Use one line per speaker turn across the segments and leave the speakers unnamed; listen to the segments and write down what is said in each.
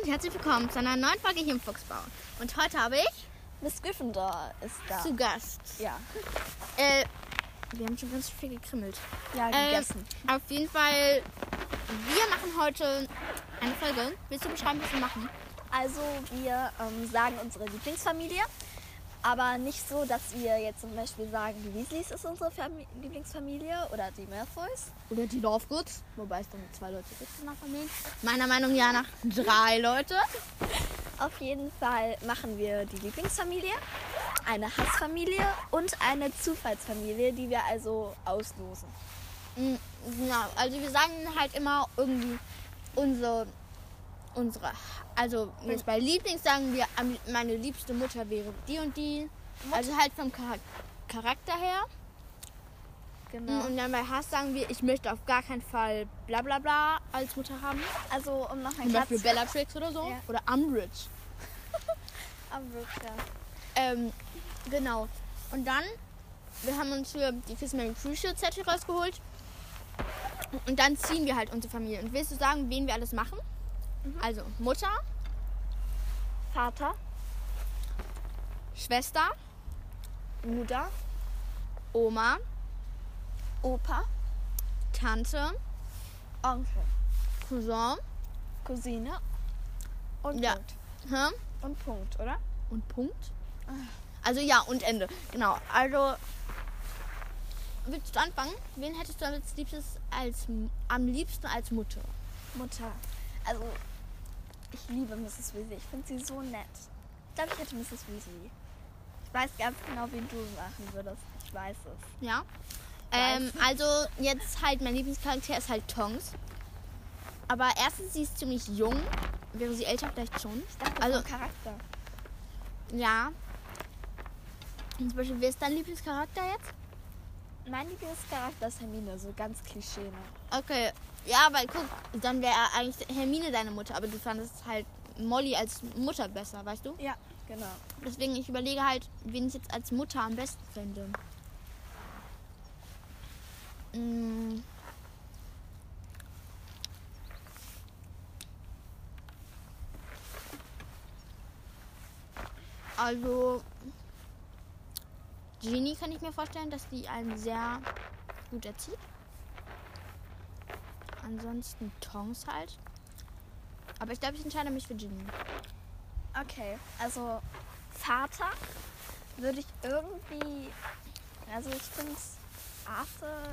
und herzlich willkommen zu einer neuen Folge hier im Fuchsbau. Und heute habe ich
Miss Gryffindor ist da.
zu Gast.
ja.
Äh, wir haben schon ganz schön viel gekrimmelt.
Ja,
Ähm,
gegessen.
auf jeden Fall, wir machen heute eine Folge. Willst du beschreiben, was wir machen?
Also wir ähm, sagen unsere Lieblingsfamilie, aber nicht so, dass wir jetzt zum Beispiel sagen, die Weasleys ist unsere Fam Lieblingsfamilie oder die Malfoys.
Oder die Dorfgurts, wobei es dann zwei Leute gibt in der Familie. Meiner Meinung nach drei Leute.
Auf jeden Fall machen wir die Lieblingsfamilie, eine Hassfamilie und eine Zufallsfamilie, die wir also auslosen.
Mm, Genau, also wir sagen halt immer irgendwie unsere, unsere, also jetzt bei Lieblings sagen wir, am- meine liebste Mutter wäre die und die. Also halt vom Charak- Charakter her.
Genau.
Und dann bei Hass sagen wir, ich möchte auf gar keinen Fall bla bla bla als Mutter haben.
Also um noch einen
Zum
Platz.
Beispiel Bellatrix oder so.
Ja.
Oder Umbridge. Ähm, genau. Und dann, wir haben uns für die Kiss Mary True Shield Zettel rausgeholt. Und dann ziehen wir halt unsere Familie. Und willst du sagen, wen wir alles machen? Also Mutter,
Vater,
Schwester,
Mutter,
Oma,
Opa,
Tante,
Onkel,
Cousin
Cousine und
Ja.
Punkt.
hä?
Und Punkt, oder?
und Punkt. Also ja und Ende. Genau. Also willst du anfangen? Wen hättest du als liebstes als am liebsten als Mutter?
Mutter. Also, ich liebe Mrs. Weasley. Ich finde sie so nett. Ich glaube, ich hätte Mrs. Weasley. Ich weiß ganz genau, wie du machen würdest. Ich weiß es.
Ja.
Weiß.
Ähm, also jetzt halt mein Lieblingscharakter ist halt Tongs. Aber erstens, sie ist ziemlich jung. Wäre sie älter vielleicht schon.
Ich dachte,
Also-
also, Charakter.
Ja. Und zum Beispiel, wer ist dein Lieblingscharakter jetzt?
Mein Lieblingscharakter ist Hermine, so ganz Klischee. Ne?
Okay. Ja, weil guck, dann wäre eigentlich Hermine deine Mutter, aber du fandest halt Molly als Mutter besser, weißt du?
Ja, genau.
Deswegen, ich überlege halt, wen ich jetzt als Mutter am besten fände. Mm. Also, Genie kann ich mir vorstellen, dass die einen sehr gut erzieht. Ansonsten Tongs halt. Aber ich glaube, ich entscheide mich für Genie.
Okay, also Vater würde ich irgendwie. Also, ich finde Arthur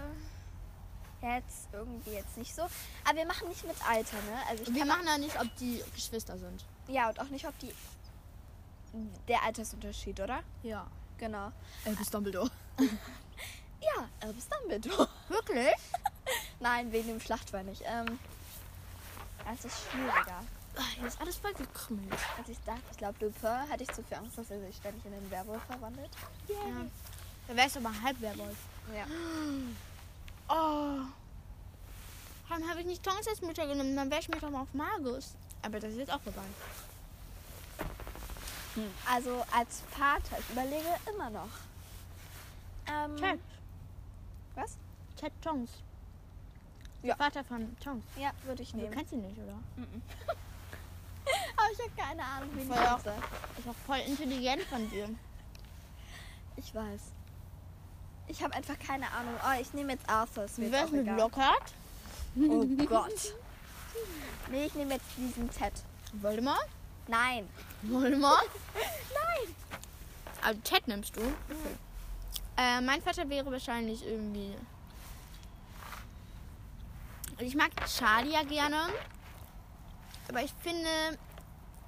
jetzt irgendwie jetzt nicht so. Aber wir machen nicht mit Alter, ne? Also ich
Wir machen ja nicht, ob die Geschwister sind.
Ja, und auch nicht, ob die. Der Altersunterschied, oder?
Ja.
Genau.
Elvis Dumbledore.
Ja, Albus Dumbledore.
Wirklich?
Nein, wegen dem Schlachtwein nicht. Ähm, das ist schwieriger.
Hier ist alles voll gekrümmelt.
Als ich dachte, ich glaube, Lupin hatte ich zu viel Angst, dass er sich ständig in einen Werwolf verwandelt.
Ja. Da wärst du aber halb Werwolf.
Ja.
Oh. Warum habe ich nicht Tongs als Mutter genommen? Dann wäre ich mir doch mal auf Magus. Aber das ist jetzt auch vorbei.
Also als Vater, ich überlege immer noch. Ähm,
Ted.
Was?
Ted Tongs. Der
Ja.
Vater von Tongs.
Ja, würde ich
Du
nehmen.
kennst ihn nicht, oder?
Aber ich habe keine Ahnung, wie die
Voll auch.
heißt.
Ist auch voll intelligent von dir.
Ich weiß. Ich habe einfach keine Ahnung. Oh, ich nehme jetzt Arthur. ist mir
Wie
jetzt
wär's
auch
mit
egal.
Lockhart?
Oh Gott. Nee, ich nehme jetzt diesen Ted.
Voldemort?
Nein.
Voldemort? Nein. Also Ted nimmst du? Äh, mein Vater wäre wahrscheinlich irgendwie. Also, Ich mag Charlie ja gerne. Aber ich finde,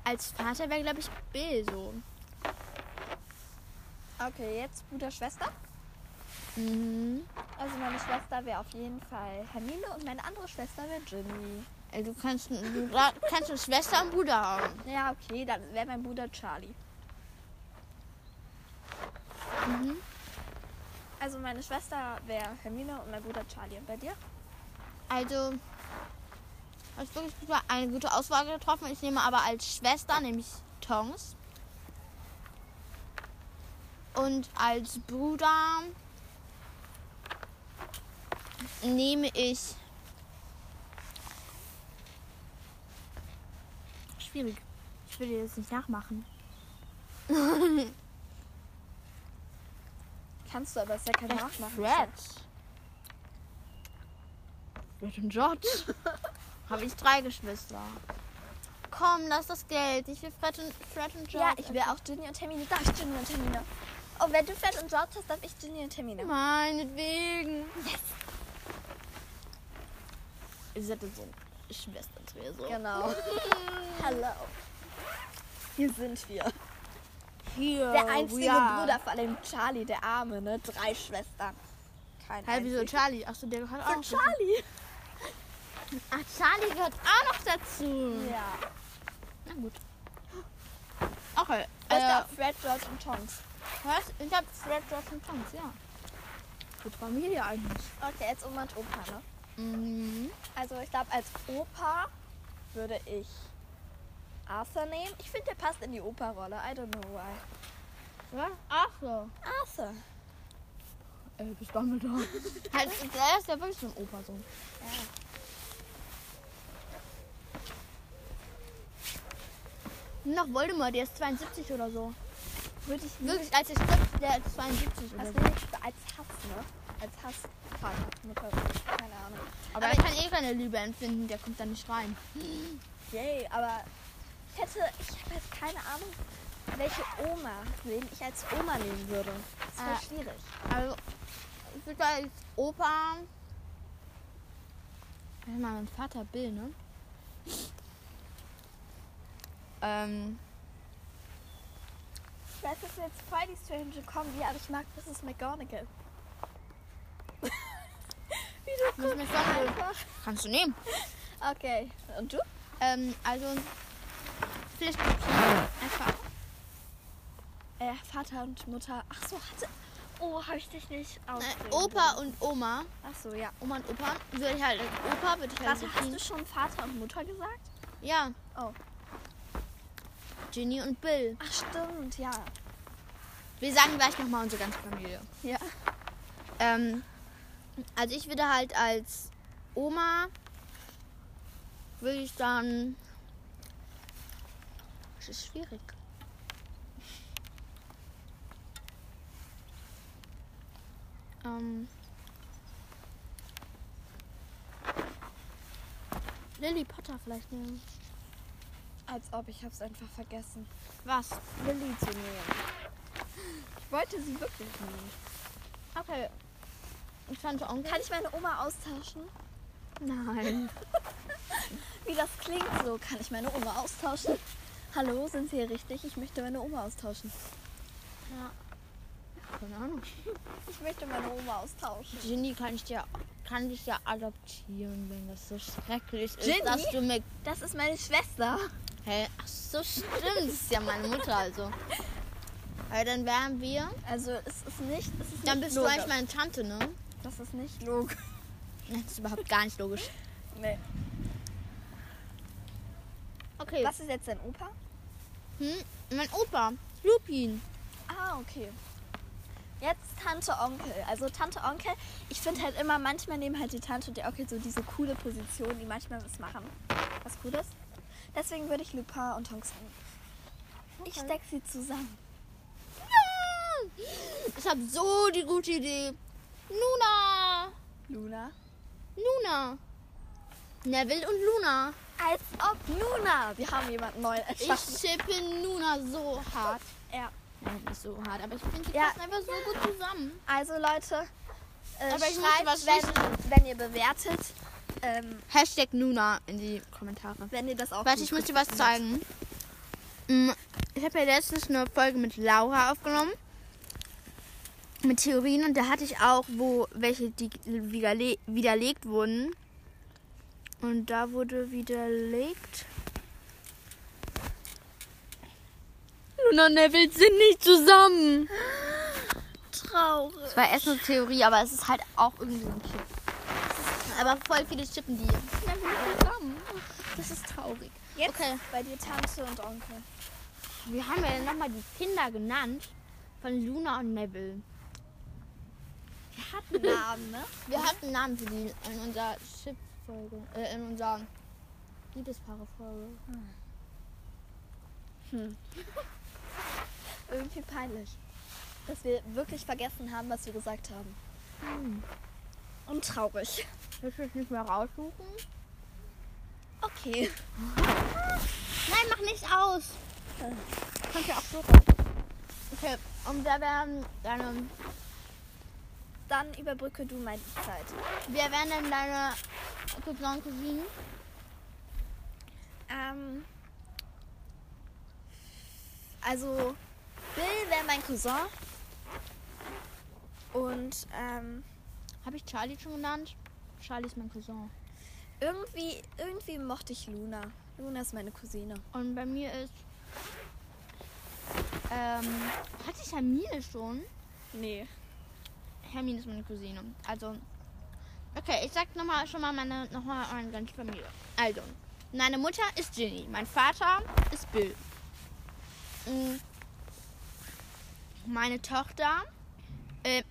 als Vater wäre, glaube ich, Bill so.
Okay, jetzt Bruder, Schwester.
Mhm.
Also meine Schwester wäre auf jeden Fall Hermine und meine andere Schwester wäre Ginny.
Ey, Du Also, kannst, du ra- kannst eine Schwester und Bruder haben.
Ja, okay, dann wäre mein Bruder Charlie.
Mhm.
Also meine Schwester wäre Hermine und mein Bruder Charlie. Und bei dir?
Also, hast wirklich super eine gute Auswahl getroffen. Ich nehme aber als Schwester, nämlich Tongs. Und als Bruder nehme ich. schwierig. Ich will dir das nicht nachmachen.
Kannst du aber, ist ja kein Nachmachen.
Fred. Fred und George. Habe ich drei Geschwister. Komm, lass das Geld. Ich will Fred und, Fred und George.
Ja, ich will auch Ginny und Termine. Darf ich Ginny und Termine? Oh, wenn du Fred und George hast, darf ich Ginny und
Genau.
Termine.
Meinetwegen. Yes. Ihr seid so ein Schwester-Tresor.
Genau. Hallo. Hier sind wir.
Hier,
Der einzige
Oh, we are.
Bruder von dem Charlie, der Arme, ne? Drei Schwestern. Kein
Hä, wieso
einziger.
Charlie? Achso, der gehört auch
Von
noch dazu.
Charlie.
Ach, Charlie gehört auch noch dazu.
Ja.
Na gut. Okay.
Das
Äh,
ist Fred, George und Tonks.
was? Ich hab Fred, George und Franz, ja. Gut Familie eigentlich.
Okay, jetzt Oma und Opa, ne?
Mhm.
Also ich glaube, als Opa würde ich Arthur nehmen. Ich finde, der passt in die Opa-Rolle. I don't know why.
Was? Ach so.
Arthur.
Äh, bis Dumbledore. halt, der ist ja wirklich so ein Opa-Sohn. Noch Voldemort, der ist 72 oder so.
Würde ich nicht.
Wirklich, als er stirbt, der ist 72 oder
Also
so.
nicht als Hass, ne? Als Hass. Vater, Mutter, keine Ahnung.
Aber er kann eh keine Liebe empfinden, der kommt da nicht rein.
Yay, aber ich hätte, ich habe jetzt keine Ahnung, welche Oma, wen ich als Oma nehmen würde. Das ist voll
Ah.
schwierig.
Also, ich würde als Opa. Warte mal, mein Vater Bill, ne? Ähm,
Ich weiß, das ist jetzt voll die strange Kombi, aber ich mag Mrs. McGonagall. Wie
muss mich schon
du
wohl.
einfach.
Kannst du nehmen.
Okay, und du?
Ähm, also. Vielleicht einfach.
Äh, Vater und Mutter. Ach so, hatte. Oh, habe ich dich nicht
Äh,
aufgeschrieben.
Opa und Oma.
Ach so, ja.
Oma und Opa. Würde ich halt als Opa, würde ich halt.
Warte, hast
Sophie-
du schon Vater und Mutter gesagt?
Ja.
Oh.
Ginny und Bill.
Ach stimmt, ja.
Wir sagen gleich nochmal unsere ganze Familie.
Ja.
Ähm, also ich würde halt als Oma würde ich dann. Das ist schwierig. Ähm. Lily Potter vielleicht nehmen.
Als ob, ich hab's einfach vergessen.
Was?
Lilly zu nehmen. Ich wollte sie wirklich nehmen.
Okay. Ich fand Onkel.
Kann ich meine Oma austauschen?
Nein.
Wie das klingt so, kann ich meine Oma austauschen? Hallo, sind Sie hier richtig? Ich möchte meine Oma austauschen.
Keine Ahnung.
Ich möchte meine Oma austauschen.
Ginny kann ich dir kann dich ja adoptieren, wenn das so schrecklich ist,
Ginny?
dass du mit
Das ist meine Schwester.
Hä? Ach so stimmt, das ist ja meine Mutter also. Weil dann wären wir.
Also es ist nicht. Es ist
Dann
nicht
bist du
logisch.
eigentlich meine Tante, ne?
Das ist nicht logisch.
Das ist überhaupt gar nicht logisch.
Nee.
Okay.
Was ist jetzt dein Opa?
Hm? Mein Opa, Lupin.
Ah, okay. Jetzt Tante Onkel. Also Tante Onkel, ich finde halt immer, manchmal nehmen halt die Tante und der Onkel so diese coole Position, die manchmal was machen. Was Cooles. Deswegen würde ich Lupin und Tonks nehmen. Ich steck sie zusammen.
Ich habe so die gute Idee. Luna!
Luna?
Luna! Neville und Luna.
Als ob Luna! Wir haben jemanden neuen
Ich
erschaffen.
chippe Luna so hart.
Ja.
Ja, nicht so hart, aber ich finde, die
Ja.
passen einfach so gut zusammen.
Also Leute, äh,
Aber ich muss
schreibt,
was
wenn, wenn ihr bewertet, ähm,
Hashtag Nuna in die Kommentare.
wenn ihr das auch
Warte,
gut
ich muss dir was
gefunden habt.
zeigen. Mm, Ich habe ja letztens eine Folge mit Laura aufgenommen. Mit Theorien und da hatte ich auch, wo welche, die widerle widerlegt wurden. Und da wurde widerlegt. Luna und Neville sind nicht zusammen.
Traurig.
Es war erst eine Theorie, aber es ist halt auch irgendwie so ein Chip. Aber voll viele chippen die. Neville zusammen. Das ist traurig.
Jetzt
Okay.
bei dir Tante und Onkel.
Wie haben wir denn nochmal die Kinder genannt von Luna und Neville?
Wir hatten Namen, ne?
Wir hatten Namen für die in unserer Chip-Folge, äh, in unserer Liebespaare-Folge.
Irgendwie peinlich. Dass wir wirklich vergessen haben, was wir gesagt haben. Hm. Und traurig.
Willst du es nicht mehr raussuchen?
Okay.
Nein, mach nicht aus. Kannst ja auch so Okay, und wir werden deine,
Dann überbrücke du meine Zeit.
wir werden dann deine Cousins und Cousinen.
Ähm, also, Bill wäre mein Cousin. Und ähm,
Habe ich Charlie schon genannt? Charlie ist mein Cousin.
irgendwie, irgendwie mochte ich Luna. Luna ist meine Cousine.
Und bei mir ist. Ähm, hatte ich Hermine schon?
Nee.
Hermine ist meine Cousine. Also. Okay, ich sag noch mal, schon mal meine, noch mal meine ganze Familie. Also, meine Mutter ist Ginny, mein Vater ist Bill. Mm. Meine Tochter. Äh,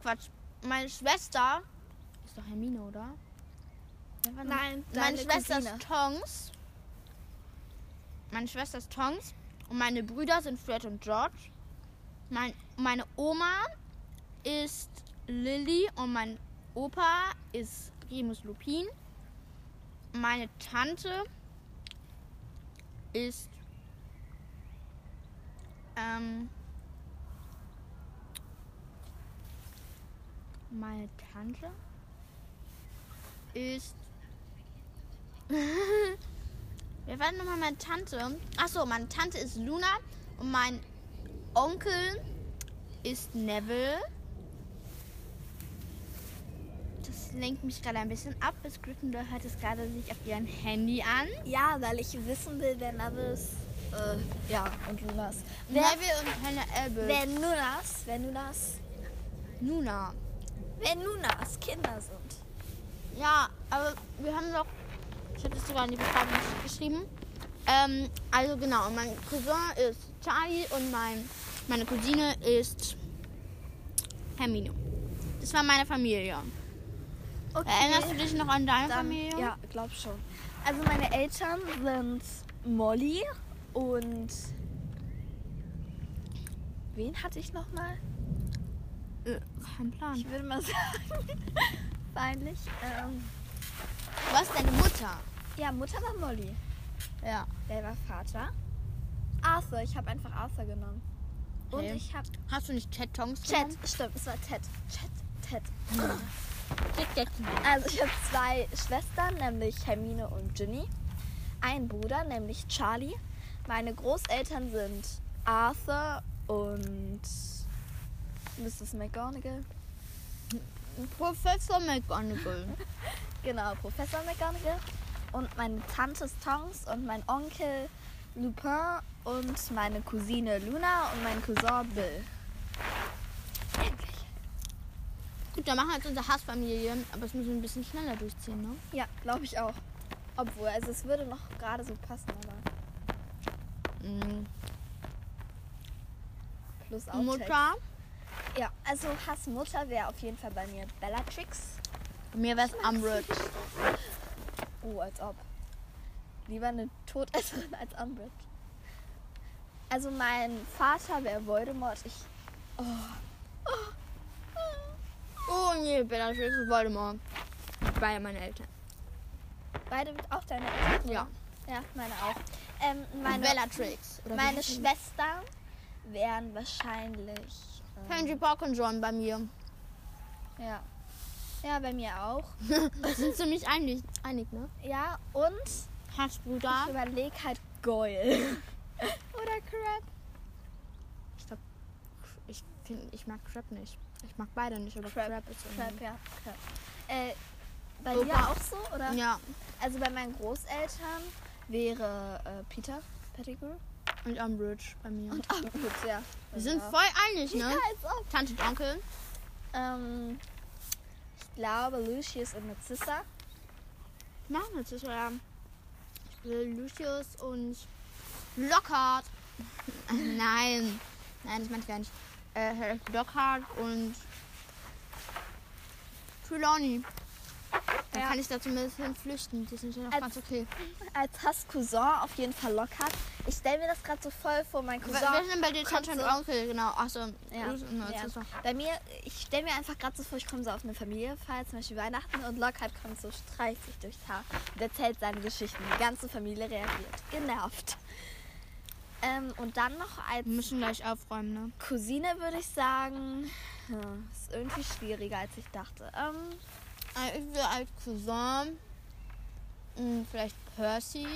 Quatsch. Meine Schwester. Ist doch Hermine, oder? Wer war noch-
Nein,
meine
deine
Schwester
Cousine.
ist Tongs. Meine Schwester ist Tongs. Und meine Brüder sind Fred und George. Mein, meine Oma ist Lilly und mein Opa ist Remus Lupin. Meine Tante ist ähm, meine Tante ist Wer war denn nochmal meine Tante? Achso, meine Tante ist Luna und mein Onkel ist Neville. Das lenkt mich gerade ein bisschen ab. Miss Gryffindor hört es gerade sich auf ihrem Handy an.
Ja, weil ich wissen will, wer Navis. Äh, ja, und Lunas. Wer,
Neville und Hannah Elbe.
wer Nunas, wer Nunas,
Luna.
wer Nunas Kinder sind.
Ja, aber wir haben doch. Ich habe das sogar in die Beschreibung geschrieben. Ähm, also genau, mein Cousin ist Charlie und mein, meine Cousine ist Hermine. Das war meine Familie.
Okay.
Erinnerst du dich noch an deine
Dann-
Familie?
Ja, glaub schon. Also meine Eltern sind Molly und wen hatte ich nochmal?
Äh, kein Plan.
Ich würde mal sagen, peinlich. Ähm,
Du hast deine Mutter.
ja, Mutter war Molly.
Ja.
Wer war Vater? Arthur. Ich habe einfach Arthur genommen. Und
Hey.
ich habe
Hast du nicht Ted Tongs?
Chat.
genommen?
Stimmt, es war Ted. Chat, Ted.
Ted Jackson.
Also ich habe zwei Schwestern, nämlich Hermine und Ginny. Einen Bruder, nämlich Charlie. Meine Großeltern sind Arthur und Mrs. McGonagall.
Professor McGonagall.
Genau, Professor McGonagall. Und meine Tante ist Tongs und mein Onkel Lupin und meine Cousine Luna und mein Cousin Bill. Endlich.
Gut, dann machen wir jetzt unsere Hassfamilie, aber das müssen wir ein bisschen schneller durchziehen, ne?
Ja, glaube ich auch. Obwohl, also es würde noch gerade so passen, aber
Mhm.
plus Outtakes.
Mutter.
Ja, also Hassmutter wäre auf jeden Fall bei mir Bellatrix.
Bei mir wäre es Umbridge.
Oh, als ob. Lieber eine Todesserin als Umbridge. Also mein Vater wäre Voldemort. Ich,
Oh nee, Bellatrix ist Voldemort. Bei meinen Eltern.
beide mit auch deine Eltern?
Ja.
Ja, meine auch. Ähm, meine
Bellatrix. Oder
meine Schwestern wären wahrscheinlich. Ähm,
Henry Park und John bei mir.
ja. Ja, bei mir auch.
Wir sind ziemlich einig, einig ne?
Ja, und ich
Hassbruder.
überleg halt Goyle. Oder Crab.
Ich glaube, ich, find- ich mag Crab nicht. Ich mag beide nicht, aber Crab,
Crab,
ist
Crab,
irgendwie-
ja. Crab. Äh, bei
Opa.
dir auch so? Oder?
Ja,
Also bei meinen Großeltern wäre äh, Peter Pettigrew.
und Umbridge bei mir.
Und Abendwitz, ja. Also
Wir Ah. sind
ja.
voll einig,
Ja,
ne?
als ob.
Tante und Onkel.
Ähm, ich glaube, Lucius und Narcissa.
Machen wir jetzt ja. Lucius und Lockhart. Nein. Nein, das meine ich gar nicht. Äh, Lockhart und Trelawney. Dann
Ja.
kann ich da zumindest hin flüchten. Die sind ja noch
Als-
ganz okay.
Als Hass Cousin auf jeden Fall lockert. Ich stelle mir das gerade so voll vor, mein
Wir
Cousin.
wir sind bei dir
kommt
schon
so-
Onkel, genau. Achso,
Ja. Ja. Bei mir, ich stelle mir einfach gerade so vor, ich komme so auf eine Familienfeier, zum Beispiel Weihnachten und Lockhart kommt so streicht sich durchs Haar und erzählt seine Geschichten. Die ganze Familie reagiert. Genervt. Ähm, und dann noch als
Wir müssen gleich aufräumen, ne?
Cousine würde ich sagen, hm, ist irgendwie schwieriger als ich dachte. Ähm,
Äh, Ich will als Cousin mh, vielleicht Percy.
ja.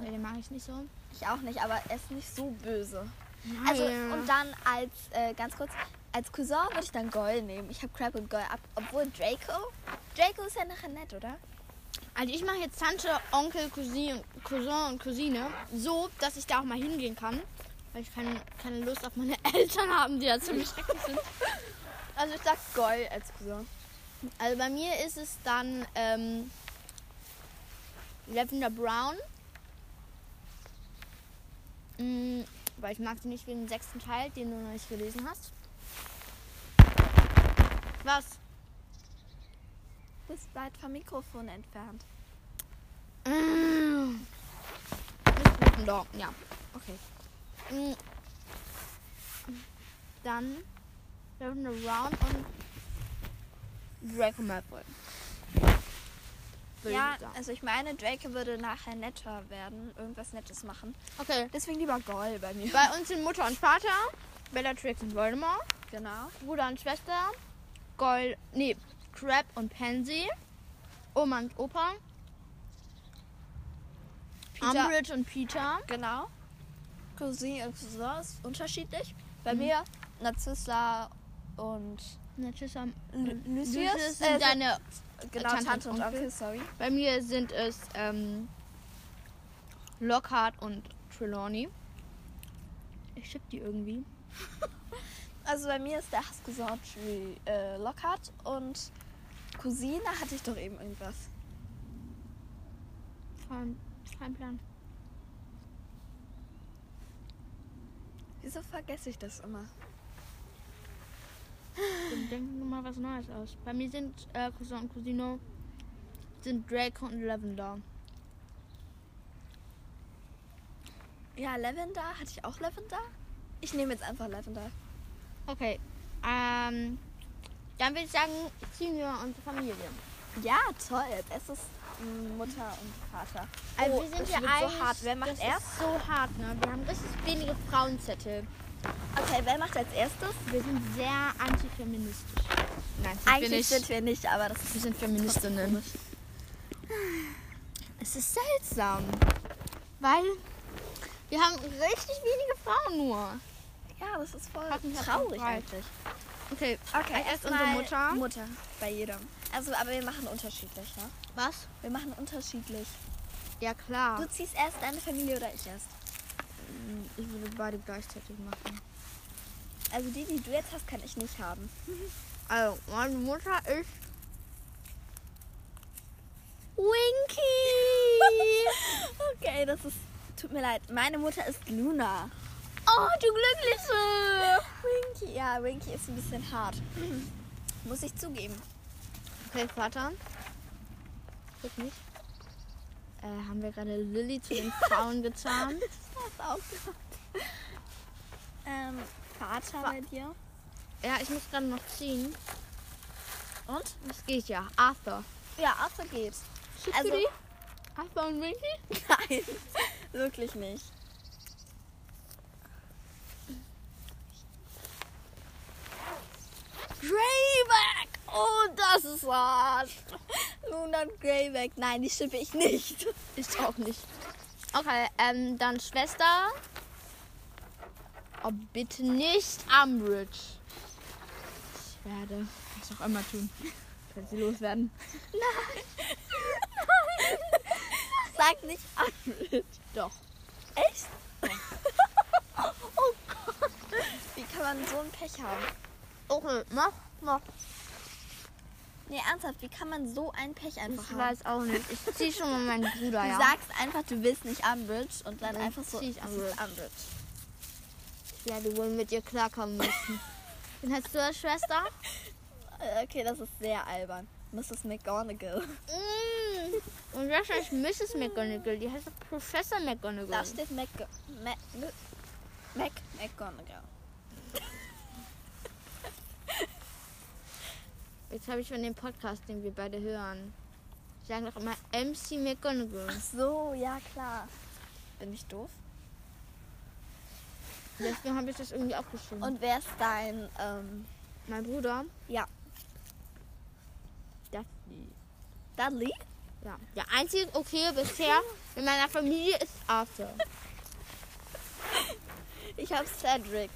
weil Äh, Den mag ich nicht so.
Ich auch nicht, aber er ist nicht so böse. Also,
Nein.
und dann als, äh, ganz kurz, als Cousin würde ich dann Goyle nehmen. Ich habe Crab und Goyle ab, obwohl Draco, Draco ist ja nachher nett, oder?
also ich mache jetzt Tante, Onkel, Cousin, Cousin und Cousine so, dass ich da auch mal hingehen kann. Weil ich keine, keine Lust auf meine Eltern haben, die ja ziemlich schrecklich sind.
Also ich sag Goyle als Cousin.
Also bei mir ist es dann ähm, Lavender Brown. Mm, weil ich mag sie nicht wegen dem sechsten Teil, den du noch nicht gelesen hast. Was?
Bist weit vom Mikrofon entfernt.
Mm. Gryffindor, ja.
Okay.
Mm. Dann Lavender Brown und Draco Malfoy. Würde
Ja,
ich sagen.
also ich meine, Draco würde nachher netter werden, irgendwas Nettes machen.
Okay.
Deswegen lieber Goyle bei mir.
Bei uns sind Mutter und Vater, Bellatrix und Voldemort,
Genau.
Bruder und Schwester, Gold, nee, Crab und Pansy, Oma und Opa,
Peter-
Umbridge und Peter.
Genau. Cousin und Cousin ist unterschiedlich. Bei
Mhm.
mir Narzissa und
Narcissa und
Lu- Lucius.
Lucius
äh,
sind deine,
genau,
Tante
Tante,
und
und
Onkel.
Onkel, sorry.
bei mir sind es ähm, Lockhart und Trelawney. Ich schipp die irgendwie.
Also bei mir ist der Hasscousin Tree äh, Lockhart und Cousine hatte ich doch eben irgendwas.
Kein, kein Plan.
Wieso vergesse ich das immer?
Dann denken wir mal was Neues aus. Bei mir sind äh, Cousin und Cousino sind Draco und Lavender.
Ja, Lavender. Hatte ich auch Lavender? Ich nehme jetzt einfach Lavender.
Okay. Ähm, dann würde ich sagen, ziehen wir unsere Familie.
Ja, toll. Es ist mm, Mutter und Vater.
Also
Oh,
wir sind
das
ja
wird
eigentlich
so hart. Wer macht
das
erst?
Ist so hart, ne? Wir haben richtig wenige Frauenzettel.
Okay, wer macht als erstes?
Wir sind sehr antifeministisch. Nein, sind
Eigentlich sind wir nicht, aber das
wir sind Feministinnen. Es ist seltsam, weil wir haben richtig wenige Frauen nur.
Ja, das ist voll
Hat mich
traurig
gefreut.
eigentlich.
Okay,
Okay,
erst unsere Mutter.
Mutter bei jedem. Also, aber wir machen unterschiedlich, ne?
Was?
Wir machen unterschiedlich.
Ja klar.
Du ziehst erst deine Familie oder ich erst?
Ich würde beide gleichzeitig machen.
Also die, die du jetzt hast, kann ich nicht haben.
Also, meine Mutter ist. Winky!
okay, das ist. Tut mir leid. Meine Mutter ist Luna.
oh, du Glückliche!
Winky. Ja, Winky ist ein bisschen hart. Mhm. Muss ich zugeben.
Okay, Vater. Guck nicht. Äh, haben wir gerade Lilly zu den Frauen gezahnt?
Hast auch gehabt. Ähm, Vater bei dir.
Ja, ich muss gerade noch ziehen.
Und?
Das geht ja. Arthur.
Ja, Arthur geht.
Also,
Also-
Arthur und Winky?
Nein, wirklich nicht. Greyback! Oh, das ist hart. Luna und Greyback. Nein, die schippe ich nicht.
Ist auch nicht. Okay, ähm, dann Schwester. Oh, bitte nicht Umbridge. Ich werde was auch immer tun. Können sie loswerden?
Sag nicht Umbridge.
Doch.
Echt? oh Gott. Wie kann man so ein Pech haben?
Okay, mach, mach.
Nee, ernsthaft, wie kann man so ein Pech
Ich
einfach haben?
weiß auch nicht. Ich zieh schon mal meinen Bruder,
Du
ja.
sagst einfach, du willst nicht Umbridge und dann
Dann
einfach so.
zieh ich
es ist
Umbridge.
Umbridge.
ja, du wohl mit ihr klarkommen müssen. Dann hast du eine Schwester.
Äh, Okay, das ist sehr albern. Mrs. McGonagall.
Mm. Und das heißt Mrs. McGonagall, die heißt doch Professor McGonagall.
Da steht Mac, Mac, Mac McGonagall.
Jetzt habe ich von dem Podcast, den wir beide hören. Die sagen doch immer MC McGonagall.
Ach so, ja klar. Bin ich doof?
Deswegen habe ich das irgendwie aufgeschrieben.
Und wer ist dein, ähm,
mein Bruder,
ja,
Dusty.
Dudley?
Ja. Der einzige okay bisher in meiner Familie ist Arthur.
Ich hab Cedric.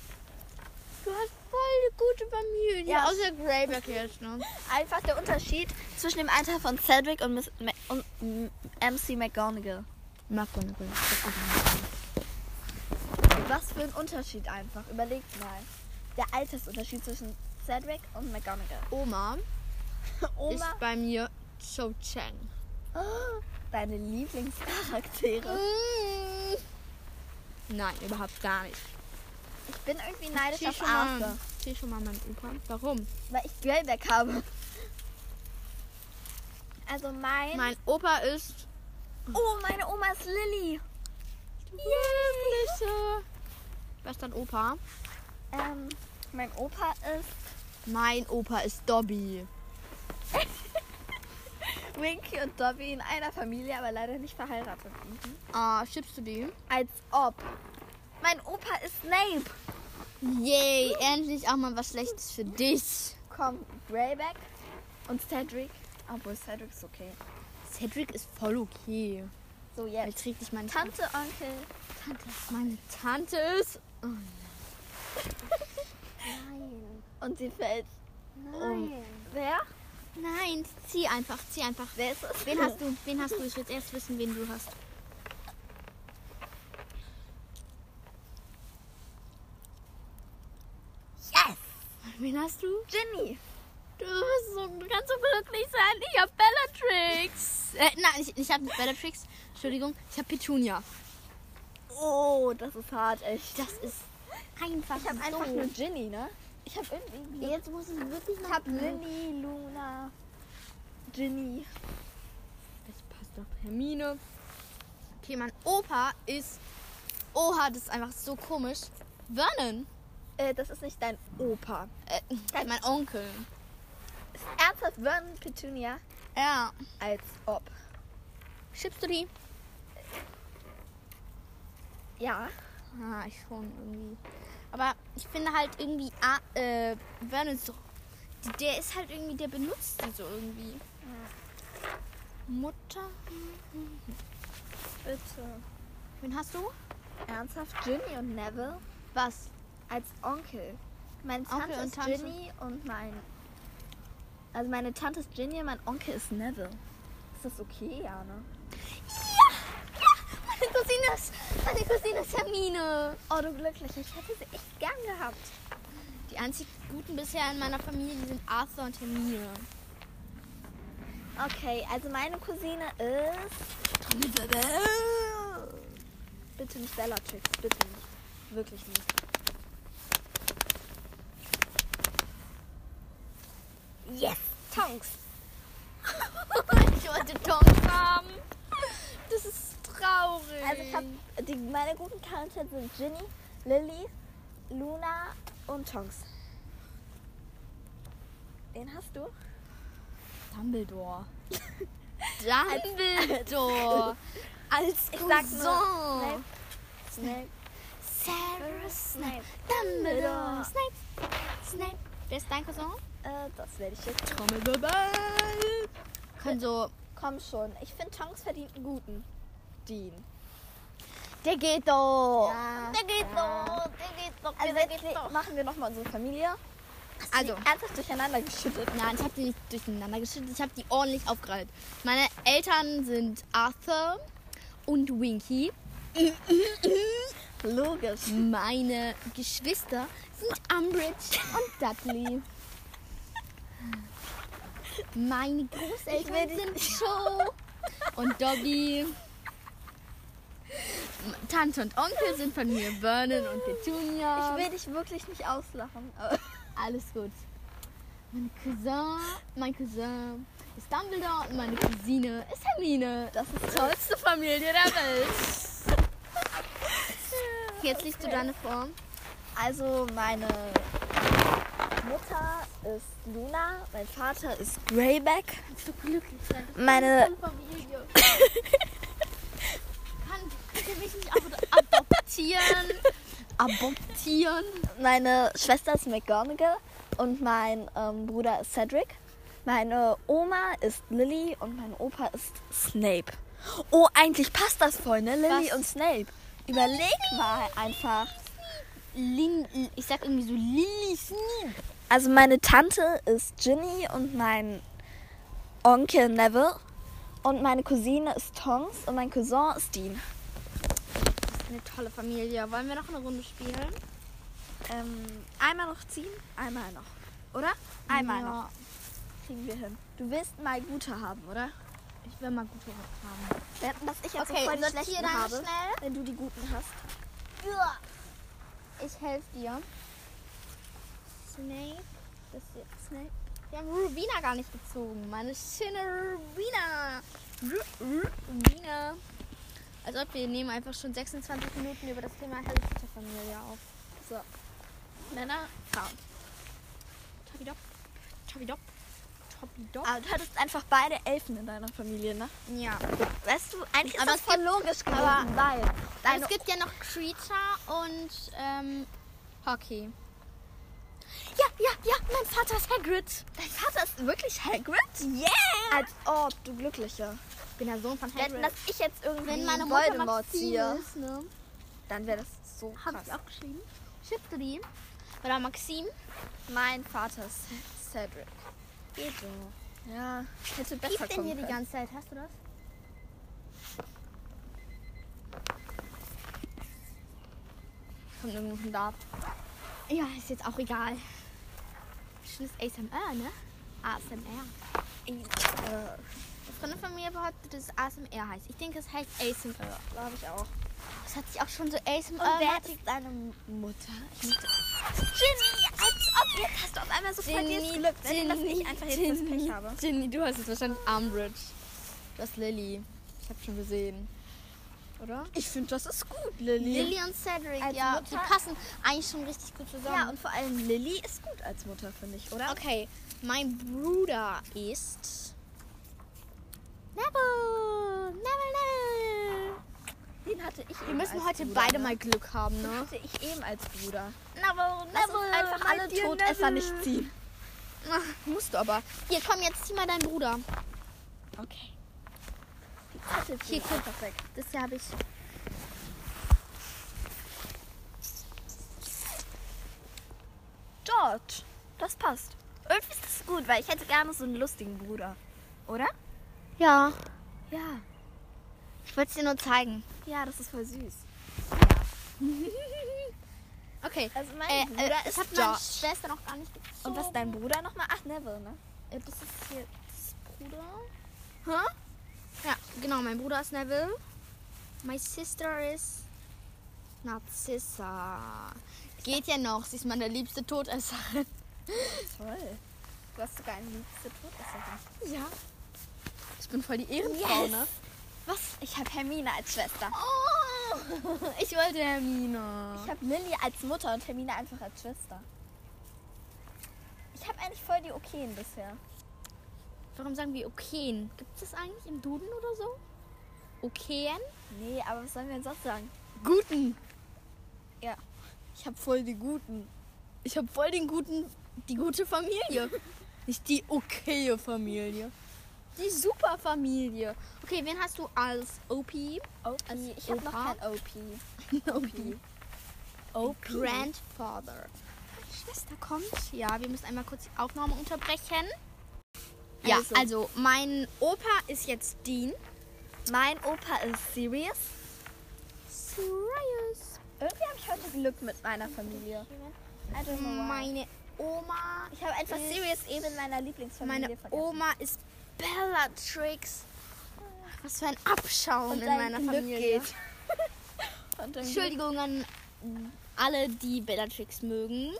Du hast voll eine gute Familie.
Ja.
Außer Greyback jetzt, ne?
Einfach der Unterschied zwischen dem Alter von Cedric und, Miss, Ma- und M- MC McGonagall.
McGonagall.
Was für ein Unterschied einfach. Überlegt mal. Der Altersunterschied zwischen Cedric und McGonagall.
Oma,
Oma,
ist bei mir Cho Chang.
oh, deine Lieblingscharaktere.
Nein, überhaupt gar nicht.
Ich bin irgendwie neidisch
Zieh
auf
schon mal-
Arthur,
Zieh schon mal meinen Opa. Warum?
weil ich Greyback habe. Also mein...
Mein Opa ist
Oh, meine Oma ist Lilly.
Jämliche. Was ist dein Opa?
Ähm, mein Opa ist
Mein Opa ist Dobby.
Winky und Dobby in einer Familie, aber leider nicht verheiratet. Mhm.
Ah, schippst du den?
Als ob. Mein Opa ist Snape.
Yay, endlich auch mal was Schlechtes für dich.
Komm, Greyback und Cedric. Obwohl, Cedric ist okay.
Cedric ist voll okay.
So,
Er
jetzt.
trägt nicht meine Tante.
Tante, Onkel.
Meine Tante ist.
Nein. Und sie fällt um.
Nein.
Wer?
Nein, zieh einfach, zieh einfach.
Wer ist es?
Wen hast du? Wen hast du? Ich will erst wissen, wen du hast.
Yes!
Wen hast du?
Ginny.
Du bist so, du kannst so glücklich sein. Ich hab Bellatrix. Äh, nein, ich, ich hab nicht Bellatrix. Entschuldigung, ich hab Petunia.
Oh, das ist hart, echt.
Das ist einfach
Ich habe
so.
einfach nur Ginny, ne? Ich habe irgendwie.
Jetzt muss ich wirklich
Ich habe Lilly, Luna, Ginny.
Das passt doch. Hermine. Okay, mein Opa ist. Oha, das ist einfach so komisch. Vernon.
Äh, das ist nicht dein Opa.
Äh, mein Onkel.
Ist ernsthaft Vernon Petunia?
Ja.
Als ob.
Schippst du die?
Ja.
Ah, ich schon irgendwie. Aber ich finde halt irgendwie, ah, äh, Vernon ist doch, der ist halt irgendwie, der benutzt die so irgendwie. Mutter?
Bitte.
Wen hast du?
Ernsthaft Ginny und Neville
Was?
als Onkel. Meine
Onkel
Tante
und
ist
Tante.
Ginny und mein. Also meine Tante ist Ginny, mein Onkel ist Neville. Ist das okay, ja, ne?
Meine Cousine ist, meine Cousine ist Hermine.
Oh, du glücklich. Ich hätte sie echt gern gehabt.
Die einzigen Guten bisher in meiner Familie sind Arthur und Hermine.
Okay, also meine Cousine ist. Bitte nicht Bellatrix, bitte nicht. Wirklich nicht. Yes! Tonks!
ich wollte Tongs haben. Das ist traurig.
Also ich hab, die, meine guten Charaktere sind Ginny, Lilly, Luna und Tonks. Den hast du?
Dumbledore. Dumbledore. Als
Ich
Cousin.
sag nur Snape. Snape.
Sarah Snape.
Snape.
Dumbledore. Snape. Snape. Wer ist dein Cousin?
Äh, das werde ich jetzt.
Trommelwirbel. Kann so.
Komm schon. Ich finde Tonks verdient einen guten. Dean.
Der geht doch.
Der geht
doch. Der geht doch.
Also jetzt ne- machen wir nochmal unsere Familie.
Also.
Die ernsthaft durcheinander geschüttet.
Nein, ich habe die nicht durcheinander geschüttet. Ich habe die ordentlich aufgereiht. Meine Eltern sind Arthur und Winky.
Logisch.
Meine Geschwister sind Umbridge und Dudley. Meine Großeltern
Ich will
sind Cho und Dobby. Tante und Onkel sind von mir Vernon und Petunia.
Ich will dich wirklich nicht auslachen. aber-
Alles gut. Mein Cousin, mein Cousin ist Dumbledore und meine Cousine ist Hermine. Das ist die tollste Familie der Welt. Jetzt liest du deine Form.
Also meine Mutter ist Luna, mein Vater ist Greyback.
So glücklich sein.
Meine
Familie. Kann bitte mich nicht abo- adoptieren. Adoptieren.
Meine Schwester ist McGonagall und mein ähm, Bruder ist Cedric. Meine Oma ist Lily und mein Opa ist Snape. Oh, eigentlich passt das voll, ne? Lily
Was?
und Snape. Überleg mal einfach.
Lin, ich sag irgendwie so Lilly Sneak.
Also meine Tante ist Ginny und mein Onkel Neville. Und meine Cousine ist Tongs und mein Cousin ist Dean.
Eine tolle Familie. Wollen wir noch eine Runde spielen?
Ähm, einmal noch ziehen, einmal noch. Oder? Einmal noch. Kriegen wir hin. Du willst mal gute haben, oder?
Ich will mal gute haben.
Ja, Dass Äh, ich jetzt
Okay,
okay, voll die
sortier
schlechten
deine
habe,
schnell.
wenn du die guten hast.
Ich helfe dir. Snape. Das ist jetzt Snape. Wir haben Rubina gar nicht gezogen. Meine schöne Rubina. Ru- Rubina. Als ob wir nehmen einfach schon 26 Minuten über das Thema Harry Potter Familie auf. So. Männer, Frauen. Topidop. Topidop. Topidop.
Ah, du hattest einfach beide Elfen in deiner Familie, ne?
Ja.
Weißt du, eigentlich ist
Aber
das
es
voll logisch gewesen,
aber-
weil
es gibt ja noch Creature und ähm, Hockey.
ja, ja, ja, mein Vater ist Hagrid. Dein Vater ist wirklich Hagrid? Yeah! Als ob, du Glücklicher.
Ich bin der Sohn von
Wenn
Hagrid.
dass ich jetzt irgendwie
Wenn meine Mutter
Voldemort
Maxine
ziehe,
ist, ne?
dann wäre das so
Habe
krass.
ich auch geschrieben. Schippte die. Oder Maxim.
Mein Vater ist Cedric.
Geht doch.
Ja, hätte besser
Piept denn
kommen
hier die
können.
ganze Zeit? Hast du das? Kommt irgendwo ein Dart. Ja, ist jetzt auch egal. Schönes ASMR, ne? ASMR.
Äh,
Eine Freundin von mir behauptet, dass es ASMR heißt. Ich denke, es heißt ASMR.
Glaube ich auch.
Das hat sich auch schon so ASMR.
Und wer ist deine Mutter? Ich möchte- Ginny, als ob jetzt hast du auf einmal so voll dieses Glück, wenn dass ich einfach jetzt das Pech habe.
Ginny, du hast jetzt wahrscheinlich Armbridge. Du hast Lilly. Ich hab schon gesehen. Oder?
Ich finde, das ist gut,
Lilly und Cedric,
Als
ja.
Mutter-
Die passen eigentlich schon richtig gut zusammen.
Ja, und vor allem Lilly ist gut als Mutter, finde ich, oder?
okay, mein Bruder ist. Neville! Neville, Neville!
Den hatte ich
Wir müssen heute beide mal Glück haben,
ne? Den
ne?
hatte ich eben als Bruder.
Neville, halt
Lass uns einfach alle Todesser nicht ziehen.
Ach, musst du aber. Hier, komm, jetzt zieh mal deinen Bruder.
Okay. Die Zettel
Hier,
ziehen.
guck. Das hier habe ich.
George, das passt. Irgendwie ist das gut, weil ich hätte gerne so einen lustigen Bruder. Oder?
Ja,
Ja.
ich wollte es dir nur zeigen.
Ja, das ist voll süß.
Okay.
Also mein
Äh,
Bruder
äh, ich
ist
habe meine
George.
Schwester noch gar nicht gezogen.
Und was ist dein Bruder nochmal? Ach, Neville, ne?
Äh, Das ist hier das Bruder.
Hä?
Ja, genau. Mein Bruder ist Neville. My sister ist Narzissa. Geht ja noch. Sie ist meine liebste Todesserin.
Toll. Du hast sogar eine liebste Todesserin.
Ja. Ich bin voll die Ehrenfrau,
Yes.
ne?
Was? Ich habe Hermine als Schwester.
Oh, ich wollte Hermine.
Ich habe Lilly als Mutter und Hermine einfach als Schwester. Ich habe eigentlich voll die okayen bisher.
Warum sagen wir Okayen? Gibt es das eigentlich im Duden oder so? Okayen?
Nee, aber was sollen wir denn sonst sagen?
Guten.
Ja.
Ich habe voll die guten. Ich habe voll den guten, die gute Familie. Nicht die okaye Familie. Die super Familie. Okay, wen hast du als OP?
OP.
Als
ich habe noch
Opa?
kein OP.
OP.
OP.
Grandfather. Meine Schwester kommt. Ja, wir müssen einmal kurz die Aufnahme unterbrechen. Ja,
Also.
also mein Opa ist jetzt Dean.
Mein Opa ist Sirius.
Sirius.
Irgendwie habe ich heute Glück mit meiner Familie. I don't
Genau.
know why.
Meine Oma
ich habe einfach
ist-
Sirius eben in meiner Lieblingsfamilie
Meine
vergessen.
Oma ist Bellatrix. Was für ein Abschauen
und
in
dein
meiner
Glück
Familie.
geht. und dein Glück
Entschuldigung an alle, die Bellatrix mögen.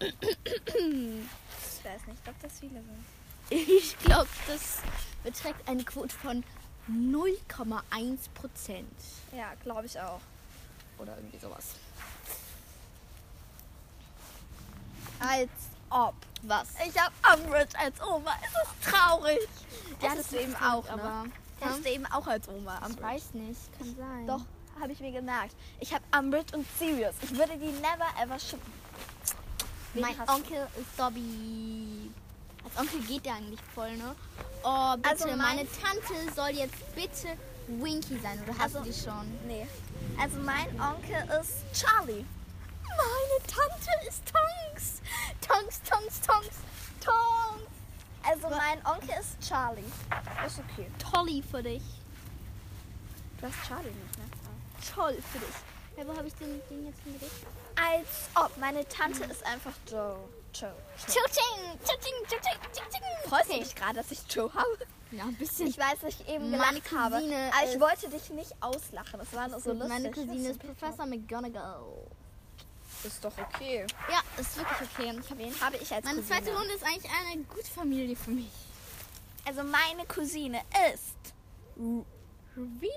Mutter essen. Ich glaube, dass viele sind.
Ich glaube, das beträgt eine Quote von 0,1 Prozent.
Ja, glaube ich auch.
Oder irgendwie sowas.
Als ob.
Was?
Ich habe Umbridge als Oma. Es ist traurig.
Ja,
Es
das
ist ne?
eben
lustig,
auch,
aber-
aber.
Er ist eben auch als Oma
Ich
Umbridge.
weiß nicht, kann sein.
Doch, habe ich mir gemerkt. Ich habe Umbridge und Sirius. Ich würde die never ever schippen. Wen
Mein
hast du?
Onkel ist Dobby. Als Onkel geht der eigentlich voll, ne? Oh, bitte,
Also mein-
meine Tante soll jetzt bitte Winky sein, oder hast
Also-
du die schon?
Nee. Also mein Onkel ist Charlie.
Meine Tante ist Tonks. Tonks, Tonks, Tonks, Tonks.
Also mein Onkel ist Charlie. Ist okay.
Tolly für dich.
Du hast Charlie nicht, ne?
Toll für dich. Ja, wo habe ich den, den jetzt hingelegt?
Als ob. Meine Tante ist einfach Joe. Joe. Joe.
Tschutsching, tschutsching, tschutsching, tschutsching.
Freust du dich gerade, dass ich Joe habe?
Ja, ein bisschen.
Ich weiß, dass ich eben
Meine
gelacht habe.
Cousine
Aber
ist-
ich wollte dich nicht auslachen. Das war nur so lustig.
meine Cousine
Das
ist Professor McGonagall.
Ist doch okay.
Ja, ist wirklich okay. Ich hab ihn.
Habe ich als
Meine
Cousine.
zweite Runde ist eigentlich eine gute Familie für mich.
Also meine Cousine ist.
Rubina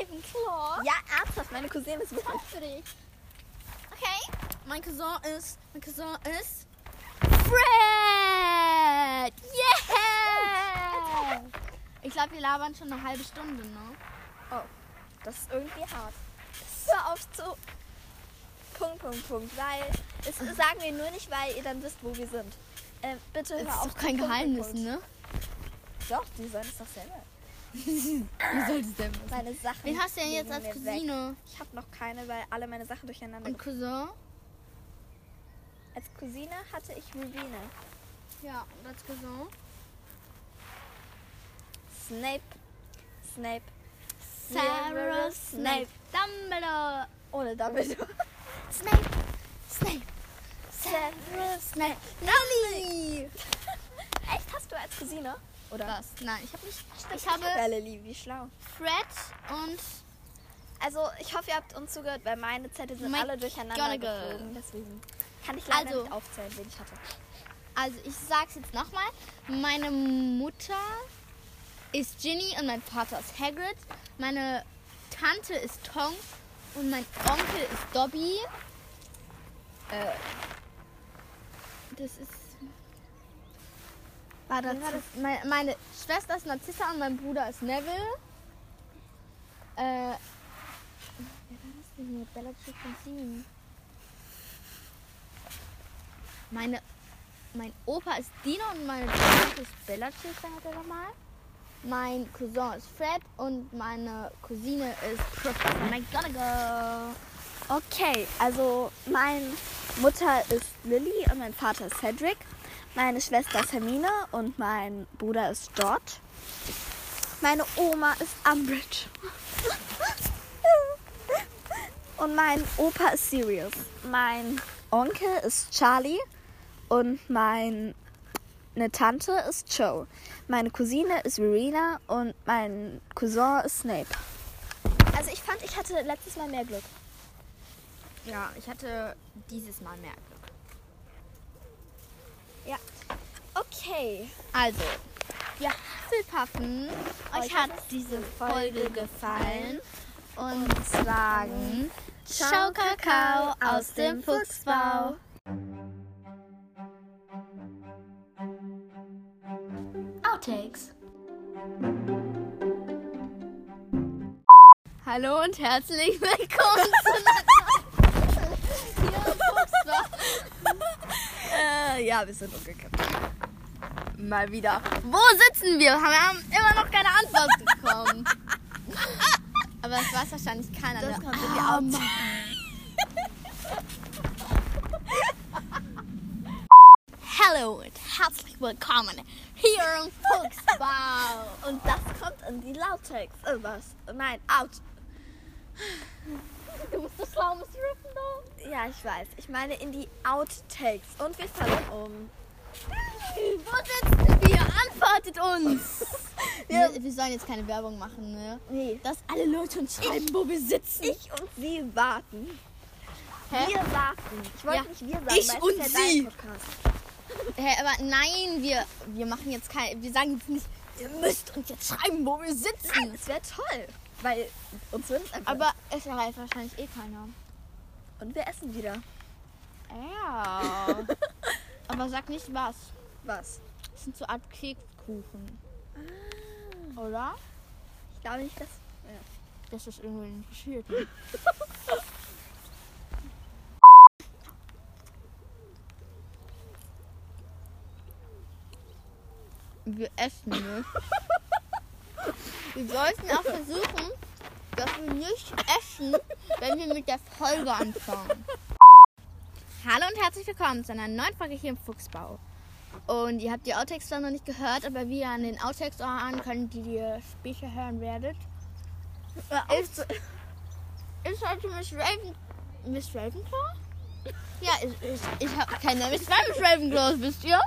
Ravenclaw.
Ja, ernsthaft, meine Cousine ist wirklich.
Toll für dich. Okay. Mein Cousin ist. Mein Cousin ist. Fred! Yeah! Ich glaube, wir labern schon eine halbe Stunde, ne?
Oh, das ist irgendwie hart. Hör auf zu. Punkt, Punkt, Punkt. Weil. Es sagen wir nur nicht, weil ihr dann wisst, wo wir sind. Ähm, bitte hör
Das
auf.
ist
zu
doch kein
Punkt,
Geheimnis,
Punkt, Punkt.
ne?
Doch, die sollen es doch selber.
Ihr sollt es selber wissen.
Meine Sachen.
Wen hast du denn jetzt
liegen
als
mir weg.
Cousine?
Ich habe noch keine, weil alle meine Sachen durcheinander.
Und Cousin?
Als Cousine hatte ich Rubine.
Ja, und als Cousin?
Snape. Snape.
Severus Snape. Dumbledore.
Ohne Dumbledore.
Snape. Snape.
Severus.
Snape. Lily.
Echt, hast du als Cousine? Oder?
Was? Nein, ich habe nicht. Ich
Ich hab
habe
ja Lilly, wie schlau.
Fred und
Also, ich hoffe, ihr habt uns zugehört, weil meine Zettel sind
Mike
alle durcheinander
Gallagher.
geflogen. Deswegen kann ich leider
Also-
nicht aufzählen, wen ich hatte.
also ich sag's jetzt nochmal. Meine Mutter ist Ginny und mein Vater ist Hagrid. Meine Tante ist Tonks und mein Onkel ist Dobby. Äh, das ist
War
Wer war das? Meine, meine Schwester ist Narzissa und mein Bruder ist Neville. Äh, wer war das denn hier? Bellatrix und Steven. Meine, mein Opa ist Dino und meine Tante ist Bellatrix, dann hat er nochmal. Mein Cousin ist Fred und meine Cousine ist Professor McGonagall.
Okay, also meine Mutter ist Lilly und mein Vater ist Cedric. Meine Schwester ist Hermine und mein Bruder ist George. Meine Oma ist Umbridge. Und mein Opa ist Sirius. Mein Onkel ist Charlie und meine Tante ist Joe. Meine Cousine ist Verena und mein Cousin ist Snape. Also ich fand, ich hatte letztes Mal mehr Glück.
Ja, ich hatte dieses Mal mehr Glück.
Ja. Okay.
Also, wir Hufflepuffen, euch hat diese Folge gefallen und sagen Ciao Kakao aus dem Fuchsbau. Outtakes. Hallo und herzlich willkommen zu einer Hier im Fuchsbau.
Äh, ja, wir sind umgekippt. Mal wieder.
Wo sitzen wir? Wir haben immer noch keine Antwort bekommen. Aber das weiß wahrscheinlich keiner.
Das
ne?
kommt in die
Ah,
Out-
Mann. Hallo und herzlich willkommen hier im Fuchsbau.
Und das kommt in die Lauttext. Oh, was? Nein, out.
Du bist so schlau, Mr. Gryffindor.
Ja, ich weiß. Ich meine in die Outtakes. Und wir fallen um.
Wo sitzen wir? Antwortet uns.
Wir-
Wir, wir sollen jetzt keine Werbung machen, ne?
Nee.
Dass alle Leute uns schreiben, wo wir sitzen.
Ich und sie warten.
Hä?
Wir warten. Ich wollte
Ja.
nicht wir sagen,
Ich
weil es
und
ist ja
sie.
dein Podcast.
Hä, aber nein, wir, wir machen jetzt kein. Wir sagen jetzt nicht, ihr müsst uns jetzt schreiben, wo wir sitzen.
Das wäre toll, weil uns würden es einfach.
Aber es erreicht wahrscheinlich eh keiner.
und wir essen wieder.
Ja. aber sag nicht was.
Was?
Das sind so Art Kekskuchen. Oder?
Ich glaube nicht, dass.
Das ist irgendwie nicht passiert. Wir essen nicht. Wir sollten auch versuchen, dass wir nicht essen, wenn wir mit der Folge anfangen. Hallo und herzlich willkommen zu einer neuen Folge hier im Fuchsbau. Und ihr habt die Outtakes zwar noch nicht gehört, aber wie ihr an den Outtakes auch an könnt, die ihr später hören werdet, Äh, ist, ist heute Miss Raven. Miss Ravenclaw? Ja, ich, ich, ich habe keine Miss Raven Ravenclaws, wisst ihr?